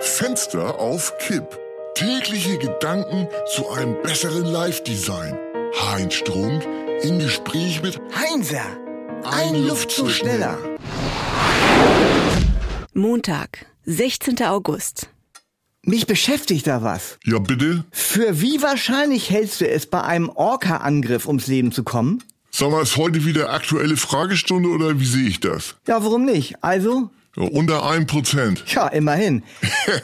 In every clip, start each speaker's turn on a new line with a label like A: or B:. A: Fenster auf Kipp. Tägliche Gedanken zu einem besseren Live-Design. Heinz Strunk im Gespräch mit
B: Heinser,
A: Ein Luftzug ne. schneller.
C: Montag, 16. August.
B: Mich beschäftigt da was.
A: Ja bitte?
B: Für wie wahrscheinlich hältst du es, bei einem Orca-Angriff ums Leben zu kommen?
A: Sag mal, ist heute wieder aktuelle Fragestunde oder wie sehe ich das?
B: Ja, warum nicht? Also,
A: Ja, unter 1%.
B: tja, immerhin.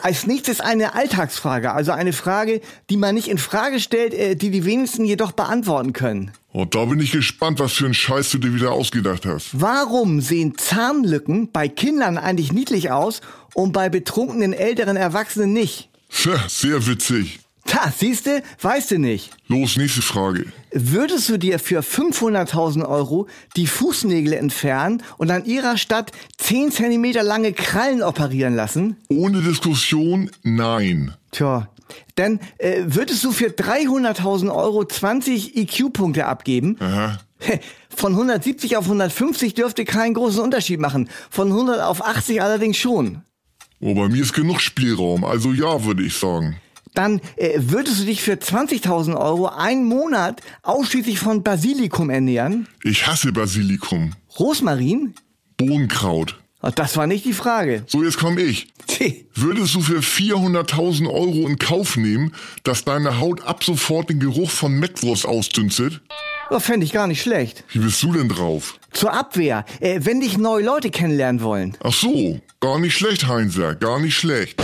B: Als nächstes eine Alltagsfrage, also eine Frage, die man nicht in Frage stellt, äh, die die wenigsten jedoch beantworten können.
A: Und Oh, da bin ich gespannt, was für einen Scheiß du dir wieder ausgedacht hast.
B: Warum sehen Zahnlücken bei Kindern eigentlich niedlich aus und bei betrunkenen älteren Erwachsenen nicht?
A: Tja, sehr witzig.
B: Ta, siehste, weißt du nicht.
A: Los, nächste Frage.
B: Würdest du dir für 500.000 Euro die Fußnägel entfernen und an ihrer Stadt 10 Zentimeter lange Krallen operieren lassen?
A: Ohne Diskussion, nein.
B: Tja, dann äh, würdest du für 300.000 Euro 20 IQ-Punkte abgeben?
A: Aha.
B: Von 170 auf 150 dürfte keinen großen Unterschied machen, von 100 auf 80 allerdings schon.
A: Oh, bei mir ist genug Spielraum, also ja, würde ich sagen.
B: Dann äh, würdest du dich für 20.000 Euro einen Monat ausschließlich von Basilikum ernähren?
A: Ich hasse Basilikum.
B: Rosmarin?
A: Bohnenkraut.
B: Ah, Das war nicht die Frage.
A: So, jetzt komme ich.
B: Tch.
A: Würdest du für 400.000 Euro in Kauf nehmen, dass deine Haut ab sofort den Geruch von Mettwurst ausdünstet?
B: Ja, fände Oh, ich gar nicht schlecht.
A: Wie bist du denn drauf?
B: Zur Abwehr, äh, wenn dich neue Leute kennenlernen wollen.
A: Ach so, gar nicht schlecht, Heinzer, gar nicht schlecht.